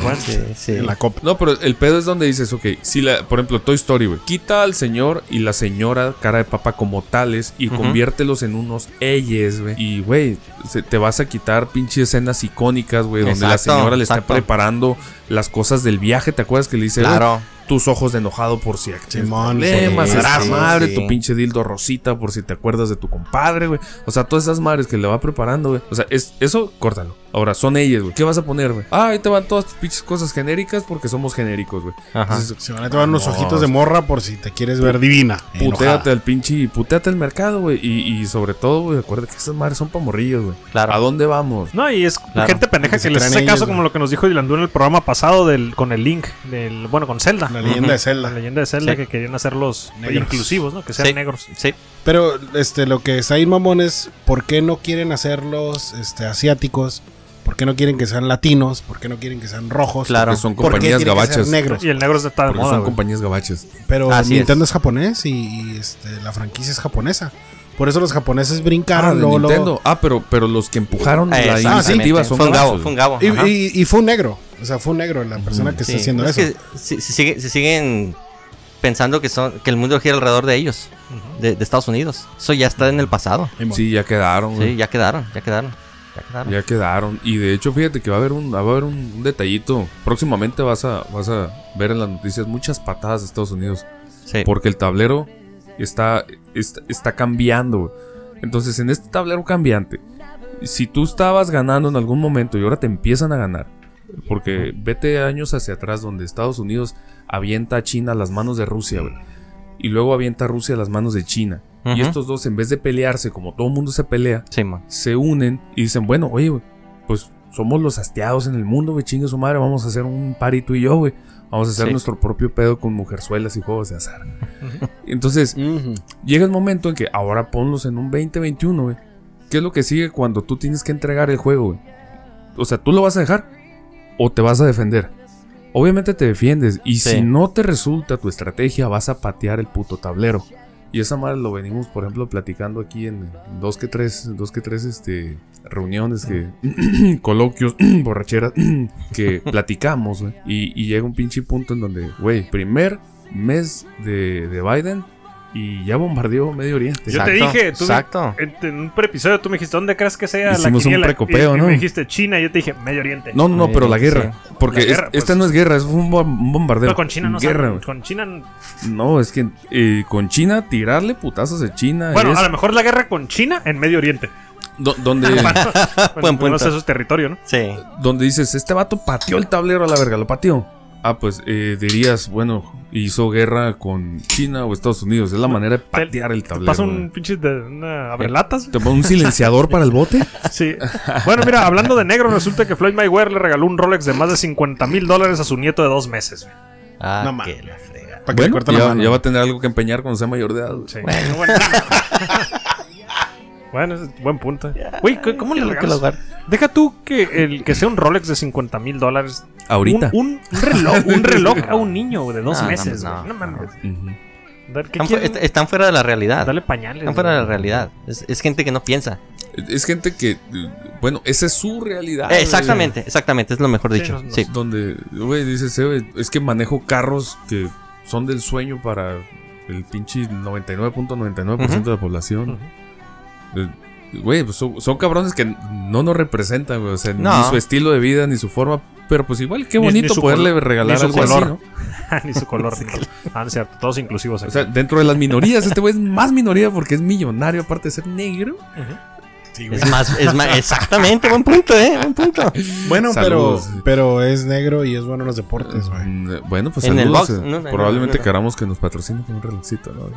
Bueno,
Sí, sí.
En la copa.
No, pero el pedo es donde dices, ok, si la, por ejemplo, Toy Story, güey, quita al señor y la señora cara de papa como tales y
Ujú.
conviértelos en unos ellos, güey. Y, güey, se- te vas a quitar pinches escenas icónicas, güey, donde la
Exacto,
señora le está
exacto.
preparando las cosas del viaje. ¿Te acuerdas que le dice, güey,
Claro.
tus ojos de enojado por si accidentes.
Simón,
problemas,
sí,
esas
sí,
madres,
sí.
tu pinche dildo rosita por si te acuerdas de tu compadre, güey. O sea, todas esas madres que le va preparando, güey. O sea, es, eso, córtalo. Ahora, son ellas, güey. ¿Qué vas a poner, güey? Ah, ahí te van todas tus pinches cosas genéricas porque somos genéricos, güey.
Ajá.
Entonces,
Se van a tomar unos ojitos de morra por si te quieres ver divina. enojada.
Puteate al pinche, puteate al mercado, güey. Y, y sobre todo, güey, acuérdate que esas madres son pa' morrillos, güey.
Claro.
¿A dónde vamos?
No, y es
Claro.
gente pendeja
Porque se
que les
crean
hace
ellos,
caso
güey.
como lo que nos dijo Dilandú en el programa pasado del, con el link, del, bueno, con Zelda.
La leyenda de
La
Zelda.
leyenda de Zelda
Sí.
que querían hacerlos
Negros.
inclusivos, ¿no? Que sean
Sí.
negros.
Sí.
Pero este, lo que está ahí, mamón, es por qué no quieren hacerlos este, asiáticos, por qué no quieren que sean latinos, por qué no quieren que sean rojos,
Claro.
Que son
por qué
compañías
tienen que ser
gabachas.
negros.
Y el negro está de
Porque
moda,
son
güey.
compañías gabachas.
Pero
Así
Nintendo es, japonés y, y, este, la franquicia es japonesa. Por eso los japoneses brincaron.
Ah, de
luego, luego-
Nintendo. Ah, pero, pero los que empujaron la
Eh,
Ah,
Exactamente.
iniciativa son
Fue un gabo,
gabachos,
fue un gabo.
Y-
ajá.
Y, y fue un negro. O sea, fue un negro la persona que
Mm, Sí.
está haciendo
Es
eso.
que si, si sigue- si siguen pensando que son que el mundo gira alrededor de ellos, de, de Estados Unidos. Eso ya está en el pasado.
güey. Sí, ya quedaron, güey.
Sí, ya quedaron, ya quedaron, ya quedaron.
Ya quedaron. Y de hecho, fíjate que va a haber un, va a haber un, un detallito. Próximamente vas a, vas a ver en las noticias muchas patadas de Estados Unidos.
Sí.
Porque el tablero está, está, está cambiando. güey. Entonces, en este tablero cambiante, si tú estabas ganando en algún momento y ahora te empiezan a ganar, porque vete años hacia atrás donde Estados Unidos avienta a China a las manos de Rusia, güey, Y luego avienta a Rusia a las manos de China. Y
Ujú.
estos dos, en vez de pelearse como todo mundo se pelea,
Sí, man.
se unen y dicen, bueno, oye, güey, pues somos los hastiados en el mundo, güey, chingue su madre, vamos a hacer un party tú y yo, güey. Vamos a hacer
Sí.
nuestro propio pedo con mujerzuelas y juegos de azar. Entonces, llega el momento en que ahora ponlos en un 2021, güey. ¿Qué es lo que sigue cuando tú tienes que entregar el juego, güey? O sea, ¿tú lo vas a dejar o te vas a defender? Obviamente te defiendes y
Sí.
si no te resulta tu estrategia vas a patear el puto tablero. Y esa madre lo venimos, por ejemplo, platicando aquí en dos que tres, dos que tres este, reuniones, que, coloquios, borracheras, que platicamos, güey. Y, y llega un pinche punto en donde, güey, primer mes de, de Biden y ya bombardeó Medio Oriente.
Yo te
Exacto,
dije, tú me-
exacto.
En, en un preepisodio tú me dijiste, ¿dónde crees que sea la
Hicimos un
quiniela?"
precopeo,
y, y
¿no?
me dijiste China, y yo te dije Medio Oriente.
No, no, no, pero la
Sí.
guerra. Porque
La guerra,
es-
pues.
esta no es guerra, es un, bom- un bombardeo.
No, con China no
guerra,
saben,
güey.
Con China.
No, es que eh, con China, tirarle putazos a China.
Bueno,
Ah, es
a lo mejor la guerra con China en Medio Oriente.
do- donde,
Bueno,
punto.
no sé, eso es territorio, ¿no?
Sí.
donde dices, este vato pateó el tablero a la verga, lo pateó. Ah, pues eh, dirías, bueno, hizo guerra con China o Estados Unidos. Es la manera de patear el tablero.
Pasa
güey.
un pinche de una
Eh,
abrelatas.
¿Te pongo un silenciador para el bote?
Sí. Bueno, mira, hablando de negro, resulta que Floyd Mayweather le regaló un Rolex de más de 50 mil dólares a su nieto de dos meses. güey.
Ah,
No, ma.
que la frega.
Para que le
Bueno,
corten la
ya,
mano.
ya va a tener algo que empeñar cuando sea mayor de edad. güey.
Sí. Bueno, bueno. Bueno, es buen punto. Güey, ¿qué- ¿cómo le
Que lo
regalas?
guarde.
Deja tú que el que sea un Rolex de 50 mil dólares.
Ahorita.
Un, un reloj, un reloj a un niño güey, de dos
No, no,
meses.
no,
güey. No, mames.
Ujú.
Dar- ¿Qué
Están, fu-
quieren?
est- están fuera de la realidad.
Dale pañales.
Están fuera de la
güey.
realidad. Es, es gente que no piensa.
Es gente que, eh, bueno, esa es su realidad.
Eh,
güey.
exactamente, exactamente. Es lo mejor
Sí,
dicho.
no- no
Sí.
Donde, güey, dices, eh, güey, es que manejo carros que son del sueño para el pinche 99.99%
Ujú.
de la población. Eh, Güey, pues son, son cabrones que no nos representan, güey. O sea,
No.
ni su estilo de vida, ni su forma. Pero pues igual, qué
Ni- ni
bonito
su
poderle
color-
regalar
ni su
algo así,
color.
¿no?
Ni su color. ¿no? Ah, no es cierto. Todos inclusivos.
O
aquí.
sea, dentro de las minorías, este güey es más minoría porque es millonario, aparte de ser negro.
Es más, es más, exactamente, buen punto, eh, buen punto.
Bueno, pero,
Saludos.
pero es negro y es bueno en los deportes, güey.
Mm, Bueno, pues
En el
saludos,
box,
eh,
no, no, no,
Probablemente
no, no.
queramos que nos patrocine con un relojcito, ¿no?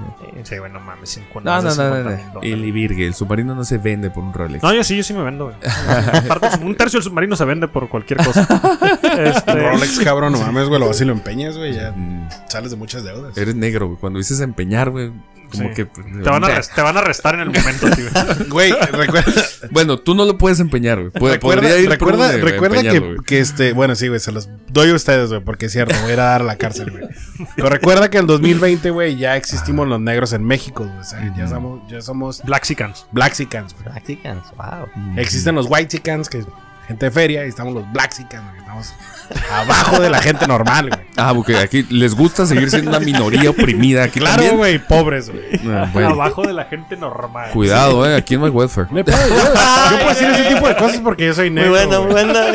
Sí, bueno, mames. 50,
No,
más de
no, no,
50
no,
mil
no.
dólares.
El virgue, el submarino no se vende por un Rolex.
No, yo sí, yo sí me vendo, güey. Aparte, pues, un tercio del submarino se vende por cualquier cosa. Este,
Rolex, cabrón, no mames, güey. Lo vas y lo empeñas, güey. Ya
Mm,
sales de muchas deudas.
Eres negro, güey. Cuando dices empeñar, güey, como
Sí.
que.
te, van a arres- te van a arrestar en el momento, tío.
Güey, recuerda.
Bueno, tú no lo puedes empeñar, güey. Pod-
Recuerda,
podría ir por
recuerda,
donde, güey,
recuerda
empeñarlo,
que,
güey.
que este, bueno, sí, güey, se los doy a ustedes, güey, porque es cierto, voy a ir a dar a la cárcel, güey. Pero recuerda que en 2020, güey, ya existimos los negros en México, güey, o sea, ya somos, ya somos
Black Sicans.
blacksicans, güey.
Practican, wow.
Existen los whitesicans que gente de feria y estamos los blacksicans, güey, estamos abajo de la gente normal, güey.
Ah, porque aquí les gusta seguir siendo una minoría oprimida. Aquí
Claro,
también.
güey, pobres, güey.
Ah, bueno.
Abajo de la gente normal.
Cuidado, eh, aquí en My Welfare.
No hay pedo, Yo yo puedo decir ese tipo de cosas porque yo soy
Muy
negro.
buena,
güey.
muy buena.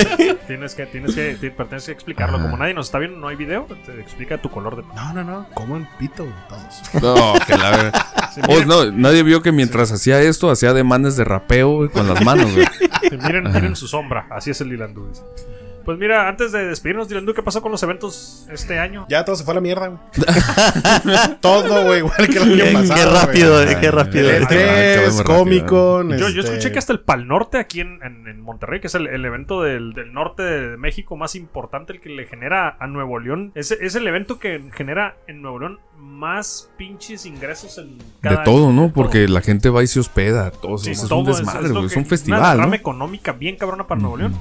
Tienes que, tienes que, ti- pero tienes que explicarlo. Como nadie nos está viendo, no hay video, te explica tu color de piel.
No, no, no, como un pito, güey, todos.
No, que la verdad. Oh, no, nadie vio que mientras hacía esto, hacía demandas de rapeo güey, con las manos, güey.
Miren, miren su sombra. Así es el Dylan dice. Pues mira, antes de despedirnos, Dylan ¿qué pasó con los eventos este año?
Ya todo se fue a la mierda, güey. todo, güey, igual que el
Qué,
año
qué
pasado. güey.
rápido, eh, qué rápido.
El
Acabemos
E3,
rápido.
Comic Con.
Yo, yo
este,
escuché que hasta el Pal Norte aquí en, en- en Monterrey, que es el, el evento del, del norte de México más importante, el que le genera a Nuevo León. Es, es el evento que genera en Nuevo León más pinches ingresos en
De
cada
todo,
año.
¿no? Porque la gente va y se hospeda. Todo,
Sí,
o sea, es
todo
un desmadre,
lo
güey. Es,
que-
un
Una
festival.
derrama
¿no?
económica bien cabrona para Nuevo León.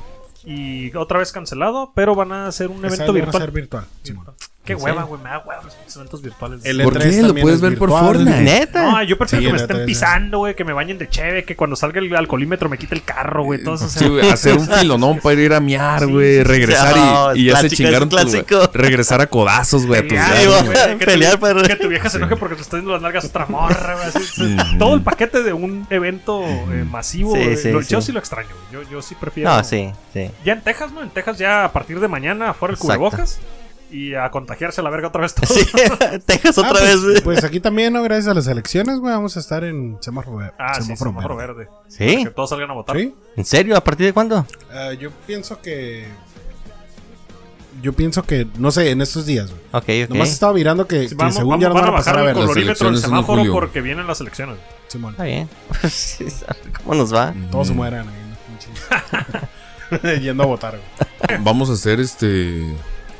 Y otra vez cancelado, pero van a hacer un
Esa
evento
lo van a hacer
virtual.
virtual. Simón.
Qué hueva, güey. Me da hueva los pinches eventos virtuales.
El
E
¿Por
E3
qué? Lo
también
puedes
es
ver por
virtual.
Fortnite.
Neta.
No, yo prefiero
Sí,
que me
la
estén
neta,
pisando, güey, que me bañen de cheve, que cuando salga el alcoholímetro me quite el carro, güey, todo eso. o sea,
Sí, güey, hacer un filonón para ir a miar, güey. Regresar y-
Ah, No,
y, ya se
clásico, es un
chingaron tus-
clásico.
güey, Regresar a codazos, güey. a tus
pelear,
gatos,
güey.
güey.
güey, que tu-
Pelear para-
Que tu vieja se enoje porque te está dando las nalgas a otra morra, güey. así, así, todo el paquete de un evento eh, masivo.
Sí,
güey,
sí,
lo-
sí.
Yo sí lo extraño, güey, yo, yo sí prefiero.
No, sí, sí.
Ya en Texas, ¿no? En Texas ya a partir de mañana afuera el
Exacto.
cubrebocas y a contagiarse a la verga otra vez todo.
Sí, Texas
Ah,
otra
pues-
vez.
Pues aquí también, ¿no? Gracias a las elecciones, güey, vamos a estar en semáforo, ver-
Ah, sí,
semáforo
semáforo
verde.
verde. Para
Sí,
que todos salgan a votar.
¿Sí?
¿en serio? ¿A partir de cuándo?
Ah, yo pienso que. Yo pienso que, no sé, en estos días, güey.
Ok, ok.
Nomás estaba mirando que,
Sí,
que
vamos,
según
vamos-
ya no
van a
pasar
bajar
a
el
ver.
color.
colorímetro del
elecciones en
semáforo
julio.
porque vienen las elecciones.
Simón,
Está bien. Sí, ¿Cómo nos va?
todos se mueran ahí, ¿no? Pinches. Yendo a votar, güey.
Vamos a hacer este.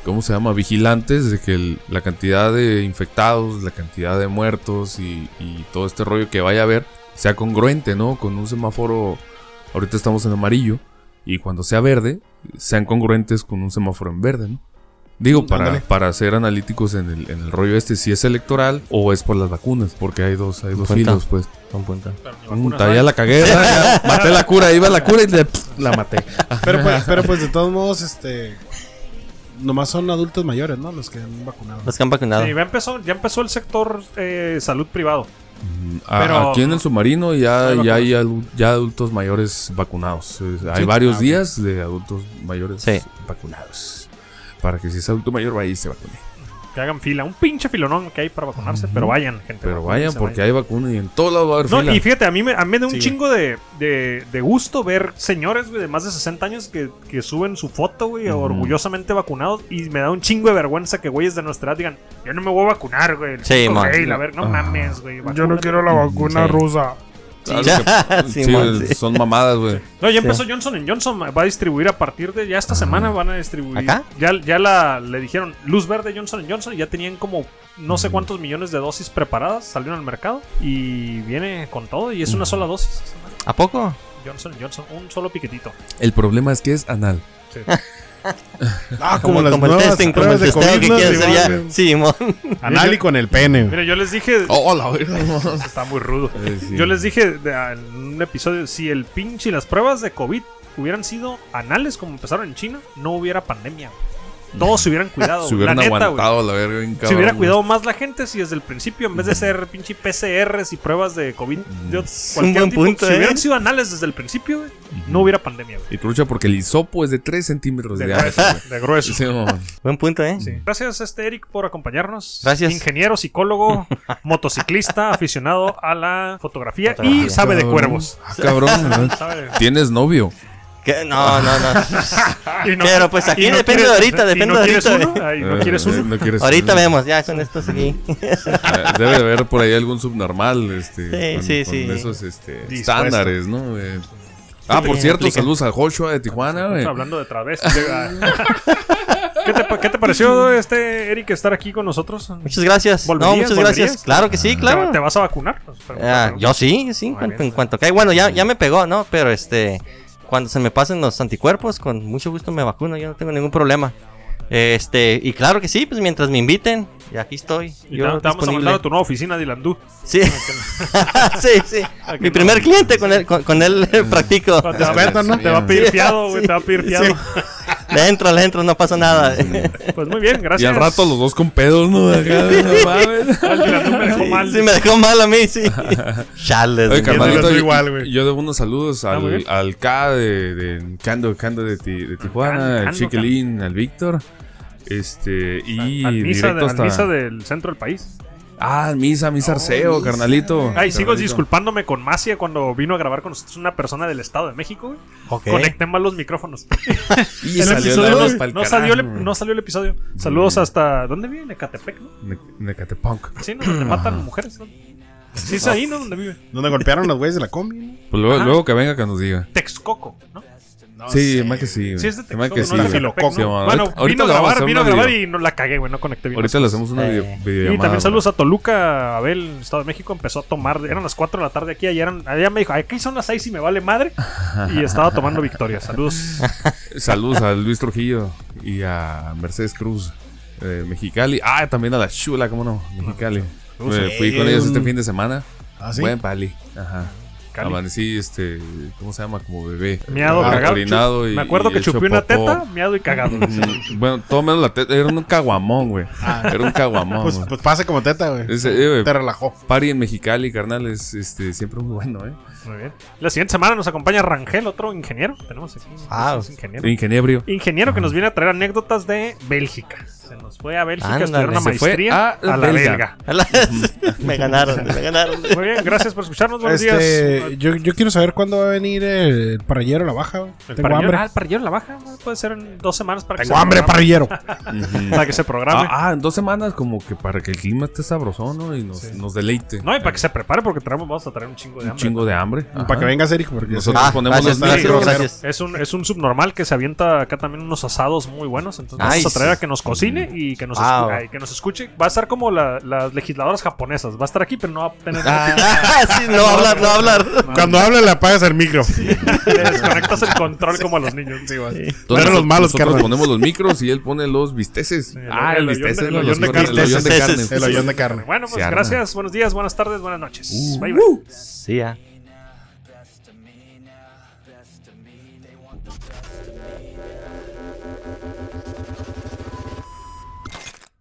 ¿Cómo se llama? Vigilantes de que el- la cantidad de infectados, la cantidad de muertos y, y todo este rollo que vaya a haber sea congruente, ¿no? Con un semáforo. Ahorita estamos en amarillo. Y cuando sea verde, sean congruentes con un semáforo en verde, ¿no? Digo, para,
Ándale.
para ser analíticos en el, en el rollo este, si es electoral o es por las vacunas, porque hay dos, hay dos
Cuenta.
filos, pues.
Un punto.
Puta, ya la cagué, ¿verdad? Ya maté la cura, iba la cura y le- la maté.
Pero pues, pero pues, de todos modos, este. Nomás son adultos mayores, ¿no? Los que han vacunado.
Los que han vacunado.
Sí, ya, empezó, ya empezó el sector eh, salud privado.
A-
Pero-
aquí en el submarino ya,
Hay
ya hay adu- ya adultos mayores vacunados. Eh, Hay varios días de adultos mayores
Sí.
vacunados. Para que si es adulto mayor vaya y se vacune.
Que hagan fila. Un pinche filonón que hay para vacunarse. Pero vayan, gente.
Pero
vacúnense,
vayan porque hay vacuna y en todo lado va a haber
No,
fila.
y fíjate, a mí me, a mí me da un
Sí,
chingo de, de- de gusto ver señores güey, de más de 60 años que, que suben su foto, güey, orgullosamente vacunados. Y me da un chingo de vergüenza que güeyes de nuestra edad digan, yo no me voy a vacunar, güey. el
Sí,
puto
man.
gay, la ver- no
Ah.
mames, güey.
Yo no
vacúnate".
quiero la vacuna
Sí.
rusa.
Mm, Claro
Ya,
que- sí,
Simón, sí.
Son mamadas, güey.
No, ya empezó Johnson Johnson. Va a distribuir a partir de.
Ah.
Ya esta semana van a distribuir.
¿Acá?
Ya, ya la, le dijeron luz verde Johnson Johnson. y Ya tenían como no
Mm.
sé cuántos millones de dosis preparadas. Salieron al mercado. Y viene con todo. Y es
Mm.
una sola dosis. esa madre.
¿A poco?
Johnson Johnson. Un solo piquetito.
El problema es que es anal.
Ah,
Como, como el testing, como el testeo que quieren hacer ya. Simón.
Anal y con el pene, güey.
Mira, yo les dije.
Oh, la verdad.
Está muy rudo.
Eh, sí.
Yo les dije de- a- en un episodio: si el pinche y las pruebas de COVID hubieran sido anales como empezaron en China, no hubiera pandemia. güey. Todos se hubieran cuidado.
Se
güey.
hubieran
la neta, güey.
aguantado, la verga. bien
Si
cabrón,
hubiera
güey.
cuidado más la gente, si desde el principio, en vez de hacer pinche PCRs y pruebas de COVID, de otro-
un
cualquier
buen
tipo,
punto,
si
¿eh?
hubieran sido anales desde el principio, güey, no hubiera pandemia, güey.
Y trucha porque el hisopo es de 3
Pues
centímetros de,
De
diámetro.
grueso. De grueso.
güey. Sí, no.
Buen punto, ¿eh?
Sí. Gracias, este Eric, por acompañarnos.
Gracias.
Ingeniero, psicólogo, motociclista, aficionado a la fotografía, y
Fotografía.
sabe de
Cabrón.
cuervos.
Ah, cabrón. ¿verdad?
Sabe de-
Tienes novio.
¿Qué? No, no, no.
y no-
Pero pues aquí
y no
depende de
quieres-
ahorita,
y
depende
no
de
quieres
ahorita.
uno, ay, no
Eh,
quieres
eh,
uno.
no quieres-
Ahorita vemos, ya con esto aquí.
Eh, Debe de haber por ahí algún subnormal, este,
Sí,
con,
sí,
con
sí.
esos este,
Dispuesto.
estándares, ¿no? Eh, Ah, por
Sí,
cierto,
aplica.
saludos a Joshua de Tijuana.
Estamos
güey.
hablando de travesti. ¿Qué, te, pa- qué te pareció este Eric estar aquí con nosotros?
Muchas gracias.
¿Volverías?
No, muchas
¿Volverías?
gracias. Claro que sí, claro.
¿Te, te vas a vacunar? Pues, pero-
Ah,
pero-
yo sí, sí,
Muy
en-
bien.
en cuanto cae. Bueno, ya, ya me pegó, ¿no? Pero este, cuando se me pasen los anticuerpos, con mucho gusto me vacuno, yo no tengo ningún problema. Este, y claro que sí, pues mientras me inviten, Y aquí estoy.
Y te,
yo
te vamos a
disponible.
mandar a tu nueva oficina, Dilandú.
Sí. sí, sí.
que
Mi
no.
primer cliente con él, con, con él eh, practico.
Ah,
Te va-
Descuento, ¿no?
Te va a pedir fiado, güey. Te va a pedir fiado.
Le entro, le entro, no pasa nada.
Pues muy bien, gracias.
Y al rato los dos con pedos, ¿no? Acá, no mames.
Ah, el Dilandú me dejó mal.
Sí, me dejó mal a mí, sí. Chales.
Oye,
güey.
yo
carnalito,
estoy
yo,
igual, güey.
yo debo unos saludos
Ah, muy
al,
bien.
al K de, de Cando, Cando de, ti- de Tijuana,
Cando,
al Chiquilín, al Víctor. Este, y
Al misa, de-
directo
al
hasta.
misa del centro del país.
Ah, misa, misa Arceo, carnalito.
Ay, sigo
Carnalito.
disculpándome con Macia cuando vino a grabar con nosotros una persona del Estado de México, güey.
Ok.
Conecten mal los micrófonos.
Y
El
salió
episodio-
nada más pa'l
no, salió el,
carajo. Mm.
no salió el episodio. Saludos hasta. ¿Dónde vive? Ecatepec, ¿no?
Ne- Necatepunk.
Sí, ¿no? Donde matan mujeres, ¿no? Sí, es ahí, ¿no? Donde vive.
Donde golpearon los güeyes de la combi.
Pues luego,
Ajá.
luego que venga que nos diga.
Texcoco, ¿no?
sí, más que sí.
Sí, es de
más
Texcoco,
que
no
sí.
de
güey.
Ecatepec, ¿no?
Sí, bueno,
Bueno,
ahorita-
vino
ahorita
a
le vamos
grabar,
hacer
vino a
una
grabar
video-
y no la cagué, güey. No conecté bien.
Ahorita le hacemos una video, videollamada.
Y también saludos
güey.
a Toluca, Abel, Estado de México, empezó a tomar, eran las 4 de la tarde aquí, allá, eran, allá me dijo, aquí son las 6 y me vale madre, y estaba tomando victoria, saludos.
Saludos a Luis Trujillo y a Mercedes Cruz. eh, Mexicali. Ah, también a la chula, cómo no. Mexicali. Me fui con ellos este fin de semana.
Ah, sí.
Buen pali. Ajá.
Cali.
Amanecí, este, ¿cómo se llama? Como bebé.
Miado,
Ah,
cagado.
orinado
chup-
y-
me acuerdo
y
que
hecho
chupé una
popó.
teta, miado y cagado.
Mm, Bueno, todo menos la teta. Era un caguamón, güey. Era un caguamón.
Pues,
güey.
pues pase como teta, güey.
Ese, eh, güey,
Te relajó.
Party en Mexicali, carnal, es este, siempre muy bueno, ¿eh?
Muy bien. La siguiente semana nos acompaña Rangel, otro ingeniero. Tenemos aquí un-
Ah,
un ingeniero.
Ingeniebrio.
Ingeniero que nos viene a traer anécdotas de Bélgica. Se nos fue a Bélgica a
Ándale,
estudiar una
se fue
maestría
a la
a la
Belga.
belga.
me ganaron, me ganaron.
Muy bien, gracias por escucharnos. Buenos
Este,
días.
yo, yo quiero saber cuándo va a venir el parrillero a la baja. güey.
El
Tengo
parrillero-
hambre.
Ah, el parrillero en la baja. bueno, Puede ser en dos semanas para que
Tengo
se
hambre,
programe.
parrillero.
Para que se programe.
Ah, ah, en dos semanas, como que para que el clima esté sabrosón, ¿no? Y nos, nos deleite.
No, y para que se prepare porque traemos, vamos a traer un chingo de
ah. Un
hambre.
chingo de hambre.
Para que venga Eric, porque
Nosotros
Ah,
ponemos
gracias,
los
gracias,
micros.
gracias.
Es un, es un subnormal que se avienta acá también unos asados muy buenos. Entonces vamos a
Nice.
traer a que nos cocine y que nos, escu-
Wow.
ay, que nos escuche. Va a estar como la- las legisladoras japonesas. Va a estar aquí, pero no va a tener.
Ah. sí, no va a hablar, no va a hablar.
Cuando habla le apagas el micro.
Le desconectas el control como a los niños.
Entonces,
Pero los malos,
nosotros
carnal.
ponemos los micros y él pone los bisteces.
el-
ah,
el
el,
hoyón de-
bistece,
el
los-
hoyón de
los-
carne.
el hoyón de
Bisteces.
carne.
El hoyón de carne.
Bueno, pues
Se arma.
gracias. Buenos días, buenas tardes, buenas noches. Bye, bye.
Sí, ya.